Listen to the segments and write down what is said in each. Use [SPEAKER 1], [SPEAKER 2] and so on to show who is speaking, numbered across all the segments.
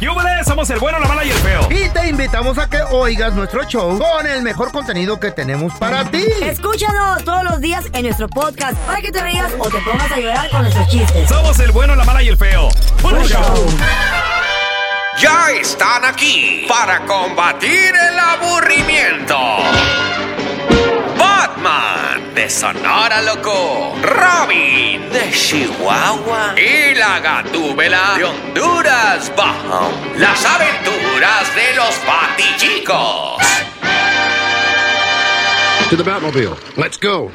[SPEAKER 1] ¡Yúbales! Somos el bueno, la mala y el feo.
[SPEAKER 2] Y te invitamos a que oigas nuestro show con el mejor contenido que tenemos para ti.
[SPEAKER 3] Escúchanos todos los días en nuestro podcast para que te rías o te pongas a llorar con nuestros chistes.
[SPEAKER 1] Somos el bueno, la mala y el feo. ¡Puro show!
[SPEAKER 4] Ya están aquí para combatir el aburrimiento. Batman de Sonora Loco, Robin de Chihuahua y la Gatúbela de Honduras Bajo. Las aventuras de los patichicos.
[SPEAKER 5] To the Batmobile. Let's go.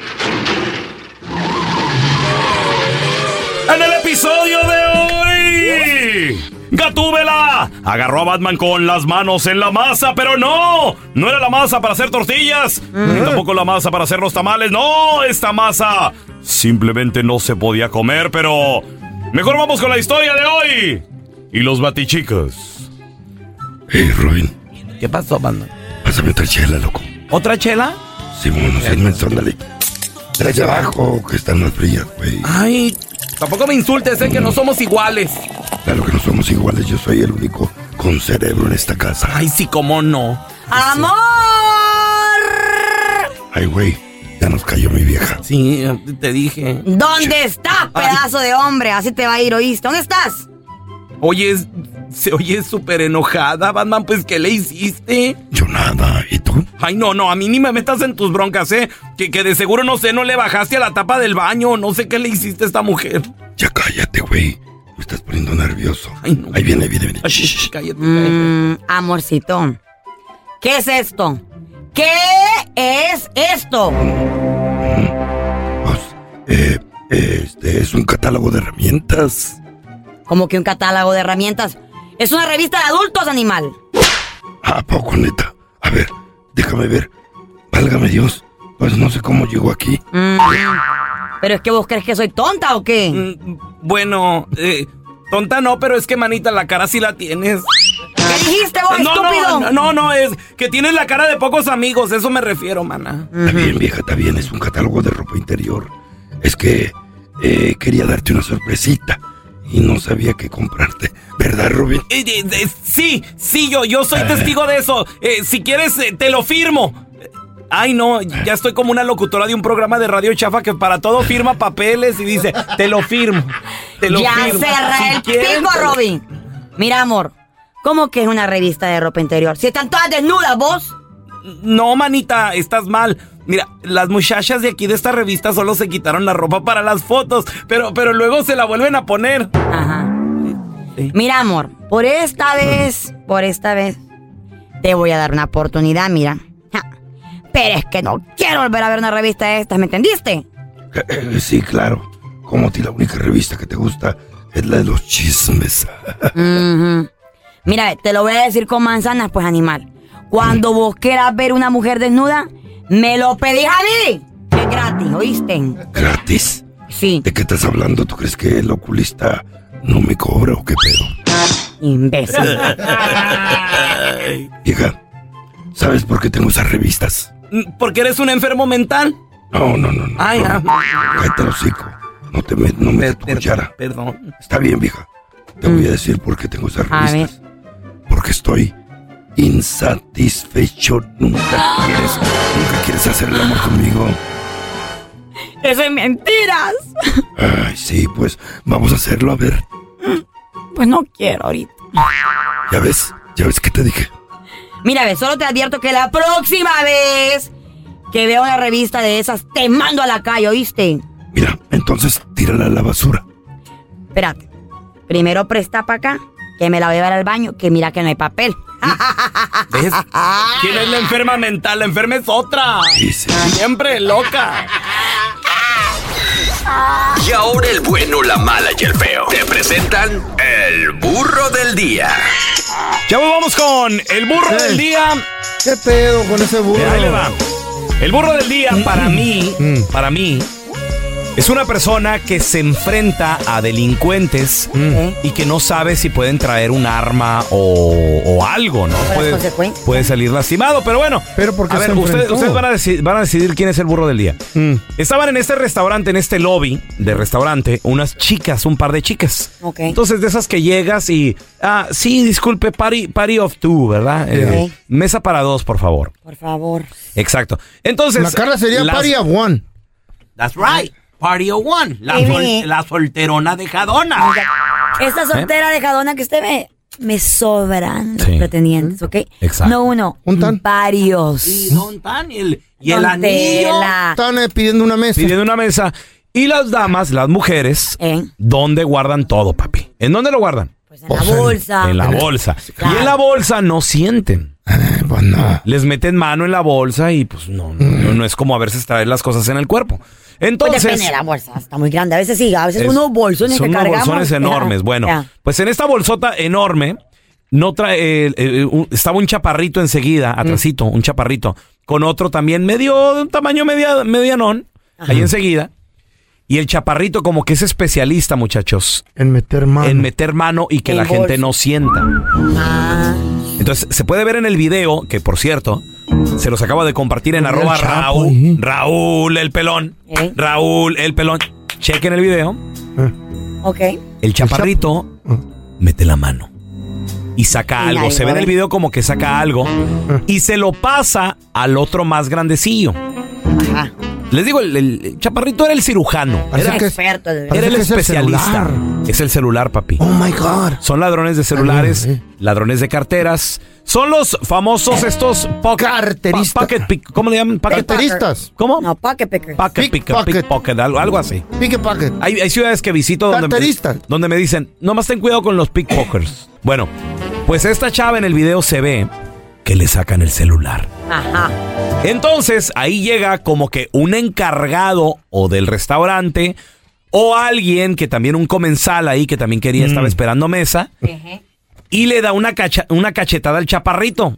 [SPEAKER 1] En el episodio de hoy, Gatúbela agarró a Batman con las manos en la masa, pero no, no era la masa para hacer tortillas, ni tampoco la masa para hacer los tamales, no, esta masa simplemente no se podía comer, pero mejor vamos con la historia de hoy y los batichicos.
[SPEAKER 5] Hey, Robin,
[SPEAKER 6] ¿Qué pasó, Batman?
[SPEAKER 5] pásame otra chela, loco.
[SPEAKER 6] ¿Otra chela?
[SPEAKER 5] Sí, bueno, sí, me ándale. Tres de abajo, que están más pues. frías, güey.
[SPEAKER 6] Ay, tampoco me insultes, eh, que no somos iguales.
[SPEAKER 5] Claro que no somos iguales, yo soy el único con cerebro en esta casa.
[SPEAKER 6] Ay, sí, cómo no.
[SPEAKER 3] ¡Amor!
[SPEAKER 5] Ay, güey, ya nos cayó mi vieja.
[SPEAKER 6] Sí, te dije.
[SPEAKER 3] ¿Dónde estás, pedazo de hombre? Así te va a ir, ¿oíste? ¿Dónde estás?
[SPEAKER 6] Oye, es- se oye súper enojada, Batman, pues ¿qué le hiciste?
[SPEAKER 5] Yo nada, ¿y tú?
[SPEAKER 6] Ay, no, no, a mí ni me metas en tus broncas, ¿eh? Que, que de seguro, no sé, no le bajaste a la tapa del baño, no sé qué le hiciste a esta mujer.
[SPEAKER 5] Ya cállate, güey. Me estás poniendo nervioso.
[SPEAKER 6] Ay, no.
[SPEAKER 5] Ahí viene, ahí viene, viene.
[SPEAKER 6] Ay,
[SPEAKER 5] Shh,
[SPEAKER 6] shh,
[SPEAKER 5] shh.
[SPEAKER 6] cállate.
[SPEAKER 3] Mm, amorcito, ¿qué es esto? ¿Qué es esto?
[SPEAKER 5] Pues, eh, eh, este es un catálogo de herramientas.
[SPEAKER 3] Como que un catálogo de herramientas. Es una revista de adultos, animal.
[SPEAKER 5] ¿A poco, neta? A ver, déjame ver. Válgame Dios, pues no sé cómo llegó aquí.
[SPEAKER 3] Mm, ¿Pero es que vos crees que soy tonta o qué?
[SPEAKER 6] Mm, Bueno, eh, tonta no, pero es que, manita, la cara sí la tienes.
[SPEAKER 3] ¿Qué dijiste vos,
[SPEAKER 6] No,
[SPEAKER 3] estúpido?
[SPEAKER 6] no, no, no, es que tienes la cara de pocos amigos, eso me refiero, mana.
[SPEAKER 5] Está bien, vieja, está bien, es un catálogo de ropa interior. Es que eh, quería darte una sorpresita y no sabía qué comprarte. ¿Verdad, Rubén?
[SPEAKER 6] Eh, eh, eh, sí, sí, yo, yo soy testigo de eso. Eh, si quieres, eh, te lo firmo. Eh, Ay, no, ya estoy como una locutora de un programa de radio chafa que para todo firma papeles y dice, te lo firmo. Te lo
[SPEAKER 3] Ya
[SPEAKER 6] firmo.
[SPEAKER 3] cerré
[SPEAKER 6] Si
[SPEAKER 3] el
[SPEAKER 6] quieres,
[SPEAKER 3] pico,
[SPEAKER 6] te lo-
[SPEAKER 3] Robin. Mira, amor, ¿cómo que es una revista de ropa interior? Si están todas desnudas, vos.
[SPEAKER 6] No, manita, estás mal. Mira, las muchachas de aquí de esta revista solo se quitaron la ropa para las fotos, pero, pero luego se la vuelven a poner.
[SPEAKER 3] Ajá.
[SPEAKER 6] Sí.
[SPEAKER 3] Mira, amor, por esta vez, por esta vez, te voy a dar una oportunidad, mira. Ja. Pero es que no quiero volver a ver una revista de estas, ¿me entendiste?
[SPEAKER 5] Eh, eh, sí, claro. Como a ti la única revista que te gusta es la de los chismes.
[SPEAKER 3] Ujú. Mira, te lo voy a decir con manzanas, pues, animal. Cuando vos quieras ver una mujer desnuda, me lo pedís a mí. Que es gratis, ¿oíste?
[SPEAKER 5] Gratis.
[SPEAKER 3] Sí,
[SPEAKER 5] ¿De qué estás hablando? ¿Tú crees que el oculista no me cobra o qué pedo?
[SPEAKER 3] imbécil.
[SPEAKER 5] Vieja, ¿sabes por qué tengo esas revistas?
[SPEAKER 6] Porque eres un enfermo mental.
[SPEAKER 5] No, no, no, no.
[SPEAKER 6] Ay,
[SPEAKER 5] no.
[SPEAKER 6] ah.
[SPEAKER 5] Cállate el hocico. No te me, no me tu
[SPEAKER 6] Per-
[SPEAKER 5] cuchara.
[SPEAKER 6] Perdón.
[SPEAKER 5] Está bien, vieja. Te voy a decir por qué tengo
[SPEAKER 6] Ah,
[SPEAKER 5] esas
[SPEAKER 3] A
[SPEAKER 5] revistas. Porque estoy insatisfecho. Nunca quieres, nunca quieres hacer el amor conmigo?
[SPEAKER 3] Eso es mentiras.
[SPEAKER 5] Ay, sí, pues vamos a hacerlo, a ver.
[SPEAKER 3] Pues no quiero ahorita.
[SPEAKER 5] ¿Ya ves? ¿Ya ves qué te dije?
[SPEAKER 3] Mira, ve, solo te advierto que la próxima vez que vea una revista de esas, te mando a la calle, ¿oíste?
[SPEAKER 5] Entonces, tírala a la basura.
[SPEAKER 3] Espérate. Primero presta para acá, que me la voy a llevar al baño, que mira que no hay papel.
[SPEAKER 7] ¿Ves? ¿Quién es la enferma mental? La enferma es otra. Siempre loca.
[SPEAKER 8] Y ahora el bueno, la mala y el feo. Te presentan el burro del día.
[SPEAKER 6] Ya vamos con el burro del día.
[SPEAKER 2] ¿Qué pedo con ese burro? Mm,
[SPEAKER 6] Ahí le va. El burro del día para mí, para mí, es una persona que se enfrenta a delincuentes
[SPEAKER 2] Mm.
[SPEAKER 6] ¿eh? y que no sabe si pueden traer un arma o, o algo,
[SPEAKER 2] Pues,
[SPEAKER 6] ¿no? Puede, puede salir lastimado, pero bueno. Pero
[SPEAKER 7] qué
[SPEAKER 6] a ver, ustedes,
[SPEAKER 7] se enfrentó?
[SPEAKER 6] ustedes van, a deci- van a decidir quién es el burro del día. Estaban en este restaurante, en este lobby de restaurante, unas chicas, un par de chicas.
[SPEAKER 3] Ok.
[SPEAKER 6] Entonces, de esas que llegas y. Ah, sí, disculpe, party, party of two, ¿verdad? Eh,
[SPEAKER 3] Ok.
[SPEAKER 6] mesa para dos, por favor.
[SPEAKER 3] Por favor.
[SPEAKER 6] Exacto. Entonces.
[SPEAKER 2] La Carla sería party of one.
[SPEAKER 7] That's right. Party of one. La,
[SPEAKER 3] Baby.
[SPEAKER 7] sol- la solterona dejadona.
[SPEAKER 3] Esta
[SPEAKER 6] ¿Eh?
[SPEAKER 3] soltera dejadona que usted ve, me sobran los
[SPEAKER 7] Sí.
[SPEAKER 3] pretendientes, ¿ok?
[SPEAKER 7] Exacto.
[SPEAKER 3] No uno, varios.
[SPEAKER 7] Y don Tan y el, y el
[SPEAKER 3] Don
[SPEAKER 7] anillo.
[SPEAKER 3] Tela.
[SPEAKER 2] Están eh, pidiendo una mesa.
[SPEAKER 6] Pidiendo una mesa. Y las damas, las mujeres,
[SPEAKER 3] Eh.
[SPEAKER 6] ¿dónde guardan todo, papi? ¿En dónde lo guardan?
[SPEAKER 3] en la bolsa.
[SPEAKER 6] Pues,
[SPEAKER 3] Pues,
[SPEAKER 6] En la bolsa. Y en la bolsa no sienten.
[SPEAKER 3] Ah, pues
[SPEAKER 6] Les meten mano en la bolsa y pues no, no, no es como a veces traer las cosas en el cuerpo.
[SPEAKER 3] Mm. Pues
[SPEAKER 6] Entonces.
[SPEAKER 3] depende de la bolsa, está muy grande. A veces sí, a veces
[SPEAKER 6] Es-
[SPEAKER 3] unos bolsones
[SPEAKER 6] son
[SPEAKER 3] que
[SPEAKER 6] unos
[SPEAKER 3] cargamos.
[SPEAKER 6] bolsones
[SPEAKER 3] ya,
[SPEAKER 6] enormes. Bueno,
[SPEAKER 3] ya.
[SPEAKER 6] pues en esta bolsota enorme no trae, eh, eh, un- estaba un chaparrito enseguida,
[SPEAKER 3] Mm.
[SPEAKER 6] atrasito, un chaparrito, con otro también medio, de un tamaño media, medianón, ahí enseguida. Y el chaparrito como que es especialista, muchachos,
[SPEAKER 2] En meter mano.
[SPEAKER 6] en meter mano y que
[SPEAKER 2] En
[SPEAKER 6] la gente
[SPEAKER 2] bolsa.
[SPEAKER 6] no sienta.
[SPEAKER 3] Ah.
[SPEAKER 6] Entonces, se puede ver en el video, que por cierto, se los acabo de compartir en
[SPEAKER 7] Mira
[SPEAKER 6] arroba
[SPEAKER 7] el Chapo ¿eh?
[SPEAKER 6] Raúl, Raúl el pelón.
[SPEAKER 3] ¿Eh?
[SPEAKER 6] Raúl el pelón. Chequen el video.
[SPEAKER 3] Ok.
[SPEAKER 6] El chaparrito mete la mano y saca
[SPEAKER 3] Y
[SPEAKER 6] algo.
[SPEAKER 3] ahí
[SPEAKER 6] Se ve
[SPEAKER 3] va. ¿eh?
[SPEAKER 6] en el video como que saca algo y se lo pasa al otro más grandecillo.
[SPEAKER 3] Ajá.
[SPEAKER 6] Les digo, el, el chaparrito era el cirujano.
[SPEAKER 3] Era
[SPEAKER 6] Era,
[SPEAKER 3] experto. de-
[SPEAKER 6] era el especialista. es el celular, papi. Oh my God. Son ladrones de celulares, ladrones de carteras. Son los famosos estos carteristas. ¿Cómo le llaman? Pocket-
[SPEAKER 2] Carteristas.
[SPEAKER 6] ¿Cómo?
[SPEAKER 3] No, pocket pickers.
[SPEAKER 6] Pocket, picker, pickpocket, algo, algo así.
[SPEAKER 2] Pickpocket.
[SPEAKER 6] Hay, hay ciudades que visito donde me,
[SPEAKER 2] Carteristas.
[SPEAKER 6] donde me dicen, nomás ten cuidado con los pickpockers. Bueno, pues esta chava en el video se ve que le sacan el celular.
[SPEAKER 3] Ajá.
[SPEAKER 6] Ah. Entonces, ahí llega como que un encargado o del restaurante o alguien que también un comensal ahí que también quería,
[SPEAKER 2] Mm.
[SPEAKER 6] estaba esperando mesa y le da una, cacha- una cachetada al chaparrito.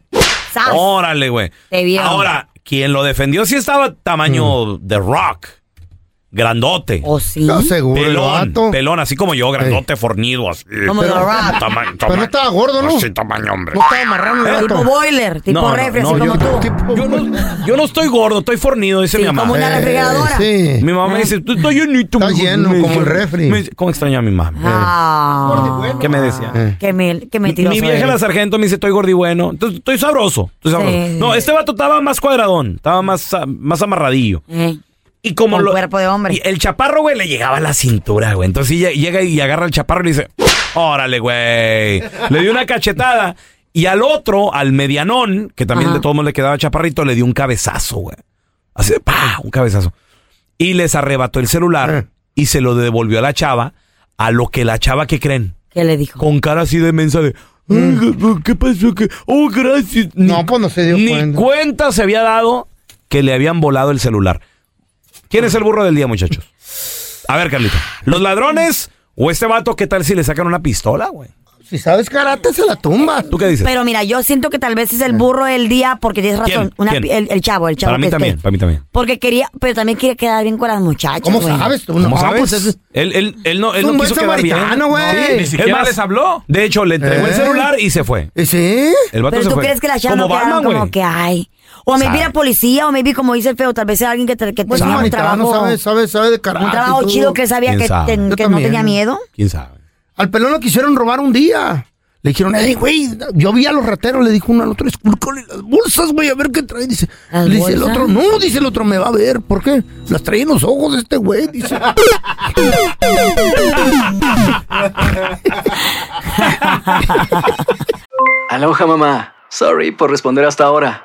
[SPEAKER 3] ¡Sas!
[SPEAKER 6] Órale, güey.
[SPEAKER 3] Te vio.
[SPEAKER 6] Ahora, quien lo defendió sí estaba
[SPEAKER 2] Mm.
[SPEAKER 6] tamaño de rock. Grandote.
[SPEAKER 3] ¿O Oh, sí?
[SPEAKER 2] No, seguro, el
[SPEAKER 6] Pelón, pelón, así como yo, grandote, fornido, así.
[SPEAKER 2] Como The Rock.
[SPEAKER 6] Tama-
[SPEAKER 2] Pero no estaba gordo, ¿no?
[SPEAKER 6] Así, tamaño, hombre.
[SPEAKER 2] No estaba amarrado el
[SPEAKER 3] Tipo
[SPEAKER 2] gato.
[SPEAKER 3] boiler, tipo
[SPEAKER 6] No, no,
[SPEAKER 3] refri,
[SPEAKER 6] no,
[SPEAKER 3] así
[SPEAKER 6] yo-
[SPEAKER 3] como tú.
[SPEAKER 6] Yo no, yo no estoy gordo, estoy fornido, dice
[SPEAKER 3] Sí,
[SPEAKER 6] mi mamá. Eh,
[SPEAKER 3] como una refrigeradora.
[SPEAKER 2] sí. Ah,
[SPEAKER 6] Mi mamá me dice, tú estás llenito.
[SPEAKER 2] Está
[SPEAKER 6] me dijo,
[SPEAKER 2] lleno,
[SPEAKER 6] me
[SPEAKER 2] como
[SPEAKER 6] dijo,
[SPEAKER 2] el refri.
[SPEAKER 6] me dice, ¿Cómo extraña a mi mamá?
[SPEAKER 3] Ah,
[SPEAKER 6] ¿Qué me decía?
[SPEAKER 3] qué, me, qué mentiroso.
[SPEAKER 6] Mi vieja
[SPEAKER 3] eres.
[SPEAKER 6] la sargento me dice, estoy gordi bueno. Entonces, estoy sabroso. estoy sabroso".
[SPEAKER 3] Sí.
[SPEAKER 6] No, este vato estaba más cuadradón, estaba más, ah, más amarradillo.
[SPEAKER 3] Eh,
[SPEAKER 6] Y como
[SPEAKER 3] Con
[SPEAKER 6] lo,
[SPEAKER 3] cuerpo de hombre.
[SPEAKER 6] y el chaparro, güey, le llegaba a la cintura, güey. Entonces ella llega y agarra al chaparro y le dice, órale, güey. Le dio una cachetada. Y al otro, al medianón, que también de todos modos le quedaba chaparrito, le dio un cabezazo, güey. Así de, pa, un cabezazo. Y les arrebató el celular y se lo devolvió a la chava. A lo que la chava, ¿qué creen?
[SPEAKER 3] ¿Qué le dijo?
[SPEAKER 6] Con cara así de mensa de, "Ay, ¿qué- ¿qué pasó? ¿Qué? Oh, gracias. Ni-
[SPEAKER 2] Mm. No, pues no se dio
[SPEAKER 6] ni
[SPEAKER 2] cuenta.
[SPEAKER 6] cuenta se había dado que le habían volado el celular. ¿Quién es el burro del día, muchachos? A ver, Carlito. ¿Los ladrones o este vato qué tal si le sacan una pistola, güey?
[SPEAKER 2] Si sabes karate, se la tumba.
[SPEAKER 6] ¿Tú qué dices? Eh.
[SPEAKER 3] Pero mira, yo siento que tal vez es el burro del día porque tienes
[SPEAKER 6] ¿Quién?
[SPEAKER 3] razón. Una
[SPEAKER 6] ¿Quién?
[SPEAKER 3] pi- El, el chavo, el chavo.
[SPEAKER 6] para mí
[SPEAKER 3] que esté.
[SPEAKER 6] también, para mí también.
[SPEAKER 3] Porque quería, pero también quería quedar bien con las muchachas.
[SPEAKER 2] ¿Cómo
[SPEAKER 3] güey.
[SPEAKER 2] sabes tú?
[SPEAKER 6] ¿Cómo
[SPEAKER 2] No,
[SPEAKER 6] sabes? ah,
[SPEAKER 2] pues es-
[SPEAKER 6] él, él- él no, él
[SPEAKER 2] es
[SPEAKER 6] no
[SPEAKER 2] un buen
[SPEAKER 6] quiso quedar bien.
[SPEAKER 2] samaritano, güey.
[SPEAKER 6] ni siquiera les habló. De hecho, le entregó el
[SPEAKER 2] ¿Eh?
[SPEAKER 6] celular y se fue.
[SPEAKER 2] ¿Y sí?
[SPEAKER 6] El vato
[SPEAKER 3] Pero
[SPEAKER 6] se
[SPEAKER 3] tú
[SPEAKER 6] fue.
[SPEAKER 3] crees que las chavas no
[SPEAKER 6] Como
[SPEAKER 3] quedaron
[SPEAKER 6] Batman,
[SPEAKER 3] como
[SPEAKER 6] güey.
[SPEAKER 3] que hay. O me
[SPEAKER 6] Sabe.
[SPEAKER 3] vi la policía, o me vi como dice el feo, tal vez era alguien que, te- que
[SPEAKER 2] Pues
[SPEAKER 3] tenía un trabajo.
[SPEAKER 2] sabe, sabe, sabe de karate.
[SPEAKER 3] un trabajo
[SPEAKER 2] y todo.
[SPEAKER 3] chido que él sabía
[SPEAKER 6] ¿Quién
[SPEAKER 3] que,
[SPEAKER 6] sabe?
[SPEAKER 3] ten-
[SPEAKER 2] Yo
[SPEAKER 3] que no
[SPEAKER 2] también.
[SPEAKER 3] tenía miedo.
[SPEAKER 6] ¿Quién sabe?
[SPEAKER 2] Al pelón lo quisieron robar un día. Le dijeron, hey, güey, yo vi a los rateros, le dijo uno al otro, esculcóle las bolsas, güey, a ver qué trae. Dice,
[SPEAKER 9] ¿Las
[SPEAKER 2] le dice el
[SPEAKER 9] bolsas?
[SPEAKER 2] otro, no, dice el otro, me va a ver, ¿por qué? Las trae en los ojos este güey, dice.
[SPEAKER 10] Aloha mamá. Sorry por responder hasta ahora.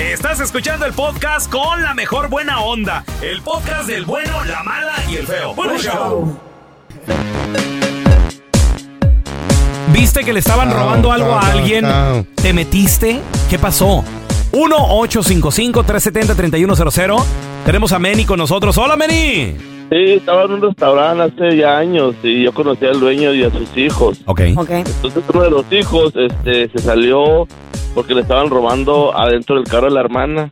[SPEAKER 6] Estás escuchando el podcast con la mejor buena onda. El podcast del bueno, la mala y el feo. Bueno, show. ¿Viste que le estaban robando algo a alguien? ¿Te metiste? ¿Qué pasó? 1-855-370-3100. Tenemos a Meni con nosotros. ¡Hola, Meni!
[SPEAKER 11] Sí, estaba en un restaurante hace ya años y yo conocí al dueño y a sus hijos.
[SPEAKER 6] Ok.
[SPEAKER 11] Entonces uno de los hijos este, se salió porque le estaban robando adentro del carro de la hermana.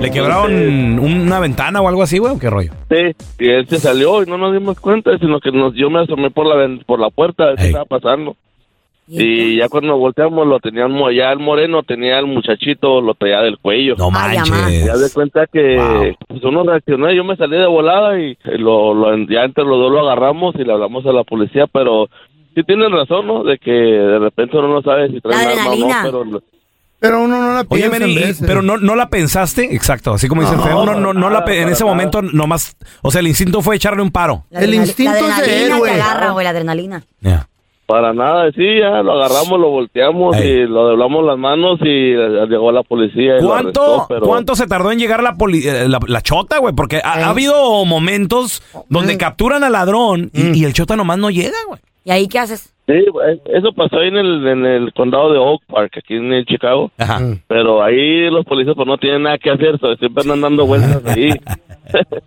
[SPEAKER 6] ¿Le quebraron una ventana o algo así, güey? ¿O qué rollo?
[SPEAKER 11] Sí, y él se salió y no nos dimos cuenta, sino que nos, yo me asomé por la, ven- por la puerta a ver qué estaba pasando. Y ya cuando volteamos lo tenían ya el moreno, tenía el muchachito, lo traía del cuello. No
[SPEAKER 6] manches.
[SPEAKER 11] Ya de cuenta que pues, uno reaccionó, y yo me salí de volada y eh, lo, lo- ya entre los dos lo agarramos y le hablamos a la policía, pero sí tienen razón, ¿no? De que de repente uno no sabe si trae arma o no,
[SPEAKER 3] adrenalina.
[SPEAKER 11] pero lo-
[SPEAKER 2] Pero uno no la
[SPEAKER 6] Oye,
[SPEAKER 11] piensa en
[SPEAKER 6] Meni,
[SPEAKER 11] veces.
[SPEAKER 6] pero no, no la pensaste, exacto, así como dice el
[SPEAKER 11] No,
[SPEAKER 6] feo, no, no, no la
[SPEAKER 11] para
[SPEAKER 6] pe- en
[SPEAKER 11] nada,
[SPEAKER 6] ese
[SPEAKER 11] para
[SPEAKER 6] momento nomás, o sea, el instinto fue echarle un paro.
[SPEAKER 3] La adrenali- la adrenalina te agarra, güey, la adrenalina.
[SPEAKER 11] Para nada, sí, ya lo agarramos, lo volteamos y lo doblamos las manos y eh, llegó la policía. Y lo
[SPEAKER 6] ¿Cuánto,
[SPEAKER 11] arrestó, pero-
[SPEAKER 6] ¿Cuánto se tardó en llegar la, poli- eh, la, la chota, güey? Porque
[SPEAKER 11] Eh.
[SPEAKER 6] ha, ha habido momentos donde
[SPEAKER 11] Mm.
[SPEAKER 6] capturan al ladrón y, y el chota nomás no llega, güey.
[SPEAKER 3] ¿Y ahí qué haces?
[SPEAKER 11] Sí, eh, eso pasó ahí en el, en el condado de Oak Park, aquí en el Chicago. Pero ahí los policías pues no tienen nada que hacer, so- siempre andan dando vueltas ahí.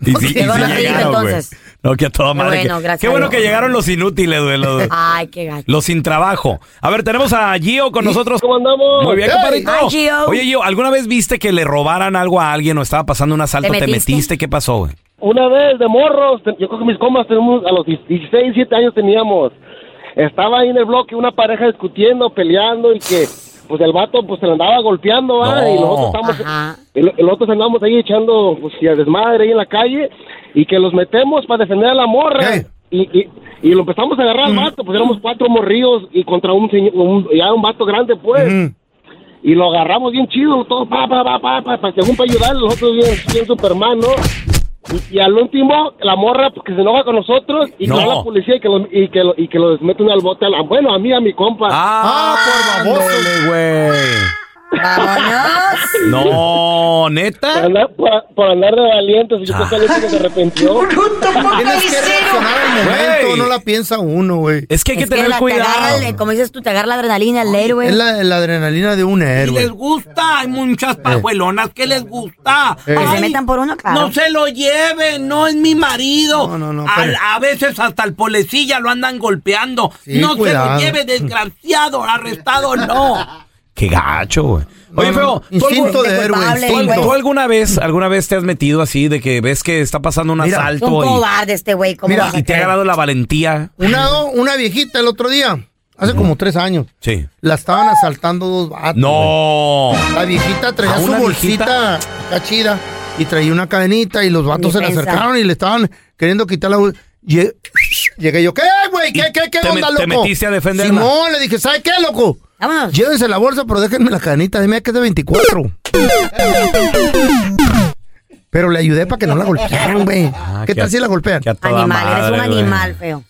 [SPEAKER 6] Y sí- y sí llegaron, güey.
[SPEAKER 3] entonces.
[SPEAKER 6] No, que a toda
[SPEAKER 3] Qué
[SPEAKER 6] madre. que-
[SPEAKER 3] bueno, gracias
[SPEAKER 6] qué
[SPEAKER 3] a
[SPEAKER 6] bueno
[SPEAKER 3] Dios.
[SPEAKER 6] que llegaron los inútiles, güey. Los,
[SPEAKER 3] Ay, qué gacho.
[SPEAKER 6] los sin trabajo. A ver, tenemos a Gio con nosotros.
[SPEAKER 11] ¿Cómo andamos?
[SPEAKER 6] Muy bien,
[SPEAKER 3] Hey.
[SPEAKER 6] compadrito.
[SPEAKER 3] Ay, Gio.
[SPEAKER 6] Oye, Gio, ¿alguna vez viste que le robaran algo a alguien o estaba pasando un asalto?
[SPEAKER 11] ¿Te
[SPEAKER 6] ¿Te
[SPEAKER 11] metiste?
[SPEAKER 6] metiste? ¿Qué pasó, güey?
[SPEAKER 12] Una vez de morros, te- yo creo que mis comas tenemos a los 16, 17 años teníamos. Estaba ahí en el bloque una pareja discutiendo, peleando y que pues el vato pues se le andaba golpeando, ¿va? y nosotros estábamos y lo- y nosotros andábamos ahí echando pues y a desmadre ahí en la calle y que los metemos para defender a la morra. Y, y, y lo empezamos a agarrar al vato, pues éramos cuatro morrillos y contra un señor, un- ya un vato grande pues. Y lo agarramos bien chido, todo pa, pa, pa, pa, pa, pa, según para ayudar, nosotros bien, bien Superman, ¿no? Y, y al último, la morra pues, que se enoja con nosotros y
[SPEAKER 6] No.
[SPEAKER 12] que va la policía y que los y que lo, y que los meten al bote. a la- bueno, a mí, a mi compa.
[SPEAKER 6] Ah,
[SPEAKER 12] por favor.
[SPEAKER 6] No, neta.
[SPEAKER 12] Por andar, por, por andar de valientes, yo creo que alguien que se arrepintió.
[SPEAKER 2] Tienes que reaccionar al momento, no la piensa uno, güey.
[SPEAKER 6] Es que
[SPEAKER 3] Es que la- te agarra el- como dices tú, te agarra la adrenalina, el héroe.
[SPEAKER 2] Es la, la adrenalina de un héroe.
[SPEAKER 6] gusta, hay muchas pajuelonas que les gusta.
[SPEAKER 2] Eh.
[SPEAKER 3] Que se
[SPEAKER 2] Ay,
[SPEAKER 3] metan por uno, claro.
[SPEAKER 6] No se lo lleven, no es mi marido. Al-
[SPEAKER 3] pero-
[SPEAKER 6] a, veces hasta el policía lo andan golpeando.
[SPEAKER 3] Sí,
[SPEAKER 6] no
[SPEAKER 3] cuidado.
[SPEAKER 6] se lo lleve, desgraciado, arrestado, no. Qué gacho, güey.
[SPEAKER 2] No,
[SPEAKER 6] Oye,
[SPEAKER 2] no,
[SPEAKER 6] feo, ¿tú
[SPEAKER 2] instinto
[SPEAKER 6] algún-
[SPEAKER 2] de héroe,
[SPEAKER 6] ¿tú-
[SPEAKER 2] instinto.
[SPEAKER 6] ¿Tú alguna vez, alguna vez te has metido así de que ves que está pasando un
[SPEAKER 2] Mira,
[SPEAKER 6] asalto
[SPEAKER 3] Un
[SPEAKER 6] y-
[SPEAKER 3] cobarde este güey. ¿cómo vas a
[SPEAKER 6] y te ha
[SPEAKER 3] creer?
[SPEAKER 6] ganado la valentía?
[SPEAKER 2] Una, una viejita el otro día, hace como tres años,
[SPEAKER 6] Sí.
[SPEAKER 2] la estaban asaltando dos vatos.
[SPEAKER 6] No.
[SPEAKER 2] güey. La viejita
[SPEAKER 6] ¿A
[SPEAKER 2] traía su
[SPEAKER 6] una
[SPEAKER 2] bolsita cachida y traía una cadenita y los vatos se le
[SPEAKER 6] Indefensa.
[SPEAKER 2] acercaron y le estaban queriendo quitar la bol- Lle- Llegué yo, ¿qué, güey? ¿Qué, qué, qué
[SPEAKER 6] te
[SPEAKER 2] onda,
[SPEAKER 6] me-
[SPEAKER 2] loco?
[SPEAKER 6] te metiste a defenderla.
[SPEAKER 2] Simón, le dije, ¿sabe qué, loco? Llévense la bolsa, pero déjenme la cadenita. Dime que es de 24. Pero le ayudé para que no la golpearan, güey. Ah, ¿Qué
[SPEAKER 6] Ah, que
[SPEAKER 2] tal
[SPEAKER 6] a-
[SPEAKER 2] si la golpean?
[SPEAKER 6] que a toda
[SPEAKER 3] Animal, eres un
[SPEAKER 6] madre, güey.
[SPEAKER 3] animal, feo.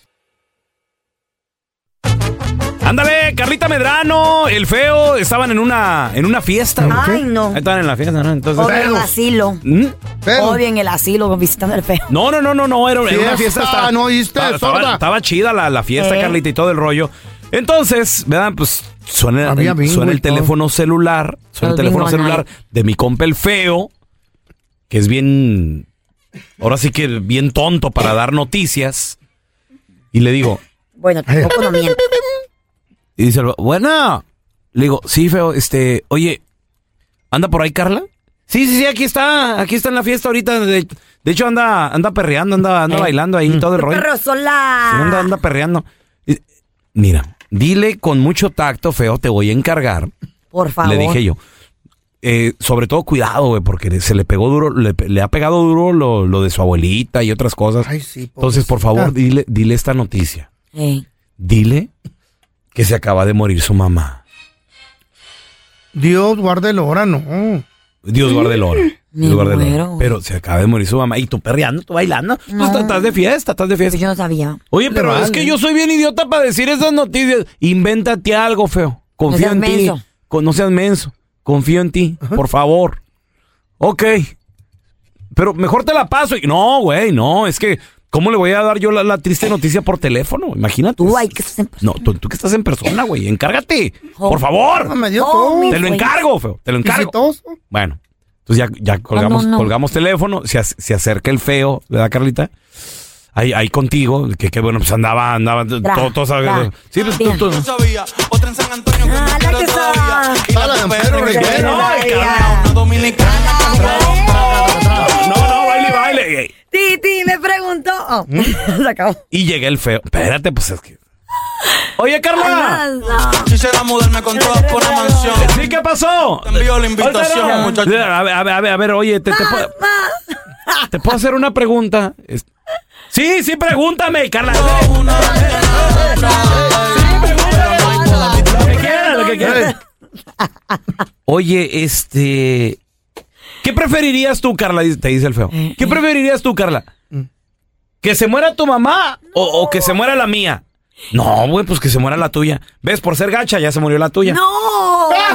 [SPEAKER 6] Ándale, Carlita Medrano, el feo, estaban en una, en una fiesta. güey.
[SPEAKER 3] Ay, no.
[SPEAKER 6] Estaban en la fiesta, ¿no? Entonces.
[SPEAKER 3] Odio en el asilo.
[SPEAKER 6] ¿Mm?
[SPEAKER 3] Odio en el asilo visitando el feo.
[SPEAKER 6] No, no, no, no, no, era, era una
[SPEAKER 3] Fiesta,
[SPEAKER 6] fiesta. estaba-
[SPEAKER 3] ¿no oíste,
[SPEAKER 6] Estaba,
[SPEAKER 3] sorda?
[SPEAKER 6] estaba, estaba chida la, la fiesta,
[SPEAKER 3] Eh.
[SPEAKER 6] Carlita, y todo el rollo. Entonces, ¿verdad? Pues suena,
[SPEAKER 2] Había bingo
[SPEAKER 6] suena
[SPEAKER 2] y
[SPEAKER 6] el teléfono celular. Suena el,
[SPEAKER 2] El
[SPEAKER 6] teléfono
[SPEAKER 2] bingo
[SPEAKER 6] celular de mi compa el feo, que es bien. Ahora sí que bien tonto para dar noticias. Y le digo,
[SPEAKER 2] Eh.
[SPEAKER 3] Bueno, tampoco no miento.
[SPEAKER 6] y dice, el va- bueno. Le digo, sí, feo, este, oye, ¿anda por ahí Carla? Sí, sí, sí, aquí está, aquí está en la fiesta ahorita. De, de hecho, anda, anda perreando, anda, anda bailando ahí todo el rollo.
[SPEAKER 3] Perro
[SPEAKER 2] Ah.
[SPEAKER 6] Sí,
[SPEAKER 3] sola.
[SPEAKER 6] anda, anda perreando. Y- Mira, dile con mucho tacto, feo, te voy a encargar.
[SPEAKER 3] Por favor.
[SPEAKER 6] Le dije yo. Eh, sobre todo cuidado, güey, porque se le pegó duro, le, pe- le ha pegado duro lo, lo de su abuelita y otras cosas. Entonces, por favor, dile, dile esta noticia.
[SPEAKER 3] Ey.
[SPEAKER 6] Dile que se acaba de morir su mamá.
[SPEAKER 2] Dios guarde el hora, no.
[SPEAKER 6] Dios guarde el oro.
[SPEAKER 2] Me
[SPEAKER 6] Dios guarde el oro.
[SPEAKER 2] muero, güey.
[SPEAKER 6] Pero se acaba de morir su mamá. Y tú perreando, tú bailando. Tú estás- estás de fiesta, estás de fiesta.
[SPEAKER 3] Yo no sabía.
[SPEAKER 6] Oye, pero
[SPEAKER 3] Le
[SPEAKER 6] es que
[SPEAKER 3] vale.
[SPEAKER 6] yo soy bien idiota para decir esas noticias. Invéntate algo, feo. Confío
[SPEAKER 3] No seas
[SPEAKER 6] en ti.
[SPEAKER 3] menso.
[SPEAKER 6] Con- No seas menso. Confío en ti, por favor. Ok. Pero mejor te la paso. Y- No, güey, no. Es que, ¿cómo le voy a dar yo la, la triste noticia por teléfono? Imagínate. Tú,
[SPEAKER 3] que estás en
[SPEAKER 6] persona. No, tú, tú que estás en persona, güey. Encárgate.
[SPEAKER 3] Oh.
[SPEAKER 6] Por favor.
[SPEAKER 3] Ah, me dio Oh, todo. mi
[SPEAKER 6] Te lo
[SPEAKER 3] güey.
[SPEAKER 6] encargo, feo. Te lo encargo. Bueno, entonces ya, ya colgamos,
[SPEAKER 3] Ah, no, no.
[SPEAKER 6] colgamos teléfono, se, ac- se acerca el feo, ¿verdad, Carlita? Ahí, ahí contigo, que, que bueno, pues andaba, andaba,
[SPEAKER 3] Tra,
[SPEAKER 6] todo, todo sabe-
[SPEAKER 3] tra,
[SPEAKER 6] Sí, pues, tú- tú-
[SPEAKER 3] Ah, la que sabe.
[SPEAKER 6] No, no, baile, baile. Y-
[SPEAKER 3] Titi me preguntó. Oh. Se acabó.
[SPEAKER 6] Y llega el feo. Espérate, pues es que. Oye, Carla.
[SPEAKER 3] Ay, no.
[SPEAKER 9] Quisiera mudarme con todas por una mansión.
[SPEAKER 6] ¿Sí qué pasó?
[SPEAKER 9] Te envío la invitación,
[SPEAKER 6] Ahorita
[SPEAKER 9] muchachos.
[SPEAKER 6] no. A ver, a ver, a ver, a ver, oye, te, te puedo, ¿te puedo hacer una pregunta. Es- Sí, sí, pregúntame, Carla. Lo que quieras, lo que quieras. Oye, este. ¿Qué preferirías tú, Carla? Dice- Te dice el feo. ¿Qué preferirías tú, Carla? ¿Que se muera tu mamá o, o que se muera la mía? No, güey, pues que se muera la tuya. ¿Ves? Por ser gacha ya se murió la tuya.
[SPEAKER 3] ¡No!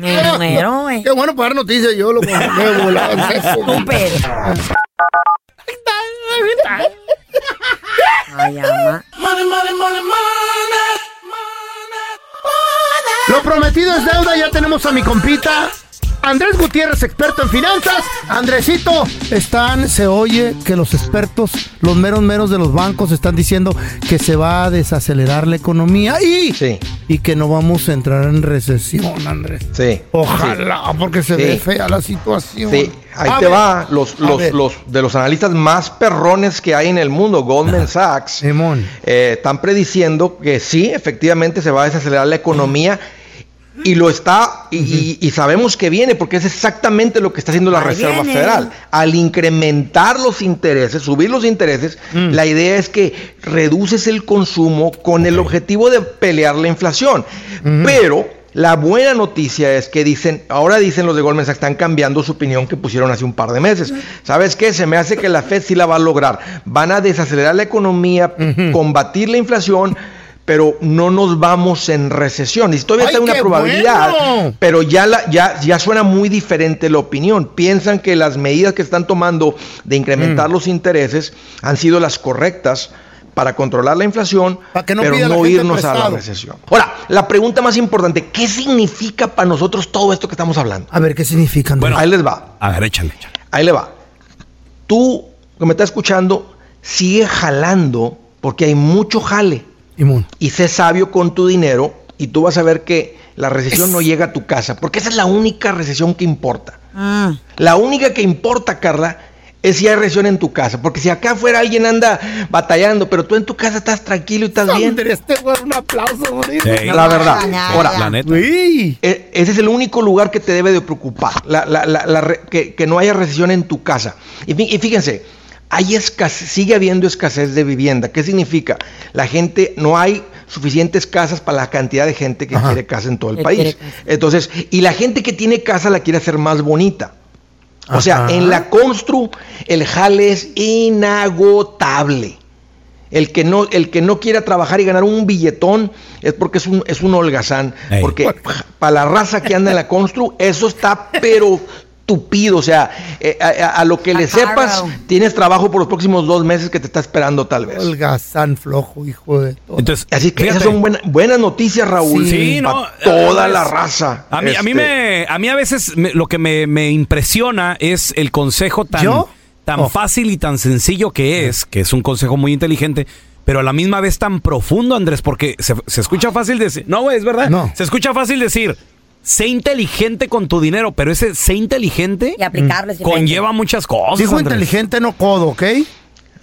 [SPEAKER 2] Me
[SPEAKER 3] muero,
[SPEAKER 2] Qué bueno para dar noticias, yo lo me volaba el sexo.
[SPEAKER 3] Ay, ama.
[SPEAKER 2] Lo prometido es deuda, ya tenemos a mi compita. Andrés Gutiérrez, experto en finanzas. Andresito, están, se oye que los expertos, los meros meros de los bancos están diciendo que se va a desacelerar la economía y, y que no vamos a entrar en recesión, Andrés.
[SPEAKER 13] Sí.
[SPEAKER 2] Ojalá, porque se
[SPEAKER 13] Sí.
[SPEAKER 2] ve fea la situación.
[SPEAKER 13] Sí, ahí
[SPEAKER 2] A
[SPEAKER 13] te
[SPEAKER 2] ver,
[SPEAKER 13] va. Los,
[SPEAKER 2] a
[SPEAKER 13] los-
[SPEAKER 2] ver.
[SPEAKER 13] los- de los analistas más perrones que hay en el mundo,
[SPEAKER 2] Ah,
[SPEAKER 13] Goldman Sachs, eh, están prediciendo que sí, efectivamente se va a desacelerar la economía. Y lo está, y, y- y sabemos que viene, porque es exactamente lo que está haciendo la
[SPEAKER 14] Ahí
[SPEAKER 13] Reserva
[SPEAKER 14] viene.
[SPEAKER 13] Federal. Al incrementar los intereses, subir los intereses,
[SPEAKER 2] Mm.
[SPEAKER 13] la idea es que reduces el consumo con el objetivo de pelear la inflación.
[SPEAKER 2] Mm-hmm.
[SPEAKER 13] Pero la buena noticia es que dicen, ahora dicen los de Goldman Sachs, están cambiando su opinión que pusieron hace un par de meses. ¿Sabes qué? Se me hace que la Fed sí la va a lograr. Van a desacelerar la economía, combatir la inflación. Pero no nos vamos en recesión. Y todavía
[SPEAKER 2] ¡Ay,
[SPEAKER 13] está una
[SPEAKER 2] qué
[SPEAKER 13] probabilidad,
[SPEAKER 2] bueno!
[SPEAKER 13] pero ya, la, ya, ya suena muy diferente la opinión. Piensan que las medidas que están tomando de
[SPEAKER 2] Mm.
[SPEAKER 13] incrementar los intereses han sido las correctas para controlar la inflación,
[SPEAKER 2] que no
[SPEAKER 13] pero
[SPEAKER 2] pida la
[SPEAKER 13] no
[SPEAKER 2] gente
[SPEAKER 13] irnos a
[SPEAKER 2] prestado.
[SPEAKER 13] la recesión. Ahora, la pregunta más importante, ¿qué significa para nosotros todo esto que estamos hablando?
[SPEAKER 2] A ver, ¿qué significa? Andrés?
[SPEAKER 13] Ahí les va.
[SPEAKER 6] A ver, échale, échale.
[SPEAKER 13] Ahí le va. Tú, que me estás escuchando, sigue jalando porque hay mucho jale. Y sé sabio con tu dinero y tú vas a ver que la recesión no llega a tu casa, porque esa es la única recesión que importa.
[SPEAKER 3] Ah.
[SPEAKER 13] La única que importa, Carla, es si hay recesión en tu casa, porque si acá afuera alguien anda batallando, pero tú en tu casa estás tranquilo y estás bien.
[SPEAKER 2] te voy a dar un aplauso, bonito.
[SPEAKER 13] La verdad. Ahora, Uy. E- ese es el único lugar que te debe de preocupar, la- la- la- la re- que, que no haya recesión en tu casa. Y, fí- y fíjense, hay escasez, sigue habiendo escasez de vivienda. ¿Qué significa? La gente, no hay suficientes casas para la cantidad de gente que quiere casa en todo el
[SPEAKER 14] Que quiere
[SPEAKER 13] país. Entonces, y la gente que tiene casa la quiere hacer más bonita. O sea,
[SPEAKER 14] Ajá.
[SPEAKER 13] en la constru el jale es inagotable. El que no, el que no quiera trabajar y ganar un billetón es porque es un, es un holgazán.
[SPEAKER 6] Ey.
[SPEAKER 13] Porque para la raza que anda en la constru, eso está pero tupido. O sea, eh, a, a- a lo que le sepas, tienes trabajo por los próximos dos meses que te está esperando tal vez.
[SPEAKER 2] Holgazán flojo, hijo de todo.
[SPEAKER 6] Entonces,
[SPEAKER 13] Así que esas son buena- buenas noticias, Raúl.
[SPEAKER 6] Pues Sí,
[SPEAKER 13] pa'
[SPEAKER 6] no,
[SPEAKER 13] toda
[SPEAKER 6] eh,
[SPEAKER 13] la
[SPEAKER 6] es-
[SPEAKER 13] raza.
[SPEAKER 6] A mí, a, mí
[SPEAKER 13] Este,
[SPEAKER 6] me, a mí a veces me- lo que me, me impresiona es el consejo tan,
[SPEAKER 13] ¿Yo?
[SPEAKER 6] tan
[SPEAKER 13] Oh.
[SPEAKER 6] fácil y tan sencillo que es, que es un consejo muy inteligente, pero a la misma vez tan profundo, Andrés, porque se, se escucha fácil decir... No, güey, es verdad. Se escucha fácil decir, sé inteligente con tu dinero, pero ese sé inteligente... Mm,
[SPEAKER 3] Y aplicarlo es diferente.
[SPEAKER 6] Conlleva muchas cosas,
[SPEAKER 2] Dijo
[SPEAKER 6] Andrés.
[SPEAKER 2] inteligente, no codo, ¿ok?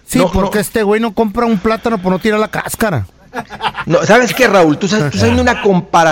[SPEAKER 2] Sí, porque este güey no compra un plátano por no tirar la cáscara.
[SPEAKER 13] No, ¿Sabes qué, Raúl? Tú estás, tú estás haciendo una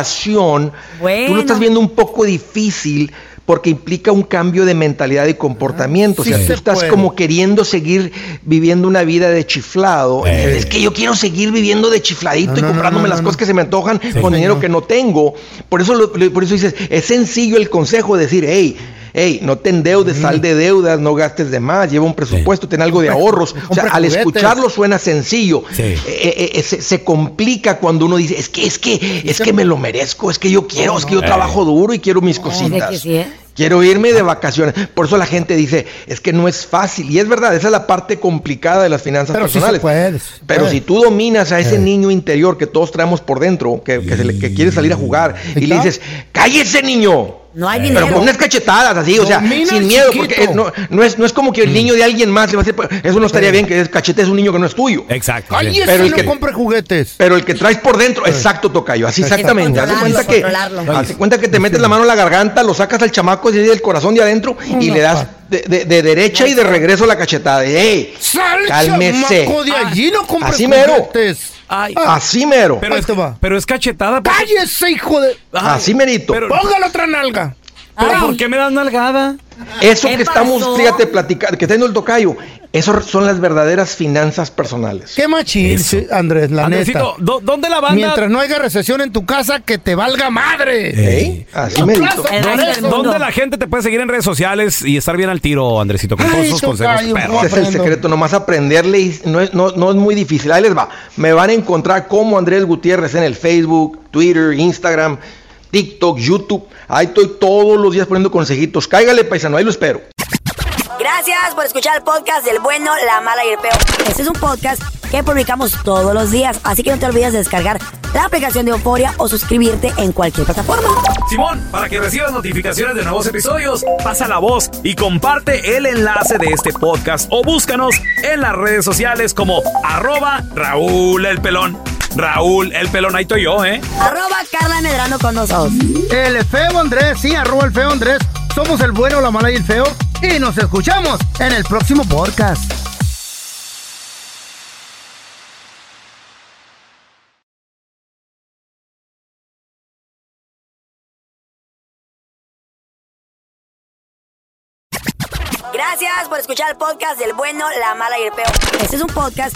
[SPEAKER 13] comparación. Tú lo estás viendo un poco difícil porque implica un cambio de mentalidad y comportamiento.
[SPEAKER 2] Sí
[SPEAKER 13] o sea,
[SPEAKER 2] se
[SPEAKER 13] tú estás
[SPEAKER 2] puede.
[SPEAKER 13] como queriendo seguir viviendo una vida de chiflado.
[SPEAKER 2] Eh.
[SPEAKER 13] Es que yo quiero seguir viviendo de chifladito
[SPEAKER 2] No,
[SPEAKER 13] y
[SPEAKER 2] no, no, no,
[SPEAKER 13] comprándome las
[SPEAKER 2] no,
[SPEAKER 13] cosas que se me antojan con
[SPEAKER 2] señor.
[SPEAKER 13] dinero que no tengo. Por eso, lo- lo- por eso dices, es sencillo el consejo de decir, hey, hey, no te endeudes, sal de deudas, no gastes de más, lleva un presupuesto, ten algo de
[SPEAKER 2] Compra-
[SPEAKER 13] ahorros. O sea,
[SPEAKER 2] compra
[SPEAKER 13] al
[SPEAKER 2] juguetes.
[SPEAKER 13] escucharlo suena sencillo.
[SPEAKER 2] Sí.
[SPEAKER 13] Eh, eh, eh, se, se complica cuando uno dice, es que, es que, es que me lo merezco, es que yo quiero, es que yo
[SPEAKER 2] no.
[SPEAKER 13] trabajo duro y quiero mis cositas. Quiero irme de vacaciones. Por eso la gente dice, es que no es fácil. Y es verdad, esa es la parte complicada de las finanzas
[SPEAKER 2] Pero sí se
[SPEAKER 13] personales.
[SPEAKER 2] puede. sí se
[SPEAKER 13] Pero
[SPEAKER 2] puede.
[SPEAKER 13] si tú dominas a ese
[SPEAKER 2] Eh.
[SPEAKER 13] niño interior que todos traemos por dentro, que, que se le- que quiere salir a jugar, y le
[SPEAKER 2] está.
[SPEAKER 13] dices, cállese niño.
[SPEAKER 3] No hay
[SPEAKER 13] Pero
[SPEAKER 3] dinero.
[SPEAKER 13] con unas cachetadas así, o sea,
[SPEAKER 2] Domina al
[SPEAKER 13] sin miedo,
[SPEAKER 2] chiquito. Mm.
[SPEAKER 13] porque es- no, no es, no es como que el niño de alguien más le va a decir, "Pues, eso no estaría bien que cachetes a un niño que no es tuyo.
[SPEAKER 6] Exacto.
[SPEAKER 2] Cállese, no compre juguetes.
[SPEAKER 13] Pero el que traes por dentro, exacto, tocayo, así
[SPEAKER 2] Exacto.
[SPEAKER 13] exactamente. Haz de cuenta que,
[SPEAKER 2] Controlarlo, controlarlo.
[SPEAKER 13] haz de cuenta que te metes la mano en la garganta, lo sacas al chamaco desde el corazón de adentro y
[SPEAKER 2] No,
[SPEAKER 13] le das de, de- de derecha y de regreso la cachetada. Y, ¡Ey!
[SPEAKER 2] ¡Sal,
[SPEAKER 13] ¡Cálmese!
[SPEAKER 2] chamaco,
[SPEAKER 6] Ah,
[SPEAKER 2] de allí, no compres
[SPEAKER 13] Así mero.
[SPEAKER 2] juguetes!
[SPEAKER 13] Así mero.
[SPEAKER 6] Pero es, pero es cachetada. porque-
[SPEAKER 2] ¡Cállese, hijo de...!
[SPEAKER 6] Ay,
[SPEAKER 13] Así merito.
[SPEAKER 6] pero-
[SPEAKER 2] ¡Póngale otra nalga! Ah.
[SPEAKER 6] ¿Pero
[SPEAKER 2] Ay.
[SPEAKER 6] por qué me das nalgada?
[SPEAKER 13] Eso
[SPEAKER 6] ¿Qué
[SPEAKER 13] que estamos,
[SPEAKER 6] pasó?
[SPEAKER 13] fíjate, platicando, que está yendo el tocayo, eso son las verdaderas finanzas personales.
[SPEAKER 2] ¡Qué machín, sí, Andrés, la
[SPEAKER 13] Andresito,
[SPEAKER 2] neta!
[SPEAKER 6] Ah, ¿Dónde la banda?
[SPEAKER 2] Mientras no haya recesión en tu casa, que te valga madre.
[SPEAKER 6] Ey,
[SPEAKER 13] así
[SPEAKER 2] Tu
[SPEAKER 13] me
[SPEAKER 2] casa,
[SPEAKER 13] dijo.
[SPEAKER 2] por
[SPEAKER 6] ¿Dónde,
[SPEAKER 2] eso.
[SPEAKER 6] dónde la gente te puede seguir en redes sociales y estar bien al tiro, Andresito? Con todos
[SPEAKER 13] Ay,
[SPEAKER 6] esos
[SPEAKER 13] tocayo,
[SPEAKER 6] consejos.
[SPEAKER 13] Ese es el secreto, nomás aprenderle y no es, no, no es muy difícil. Ahí les va. Me van a encontrar como Andrés Gutiérrez en el Facebook, Twitter, Instagram, TikTok, YouTube. Ahí estoy todos los días poniendo consejitos. Cáigale, paisano, ahí lo espero.
[SPEAKER 3] Gracias por escuchar el podcast del bueno, la mala y el peor. Este es un podcast que publicamos todos los días, así que no te olvides de descargar la aplicación de Euforia o suscribirte en cualquier plataforma.
[SPEAKER 6] Simón, para que recibas notificaciones de nuevos episodios, pasa la voz y comparte el enlace de este podcast o búscanos en las redes sociales como arroba Raúl el Pelón. Raúl el Pelón, ahí estoy yo, ¿eh?
[SPEAKER 3] Arroba Carla Medrano con nosotros.
[SPEAKER 2] El feo Andrés, sí, arroba el feo Andrés. Somos el bueno, la mala y el feo. Y nos escuchamos en el próximo podcast.
[SPEAKER 3] Gracias por escuchar el podcast del bueno, la mala y el peor. Este es un podcast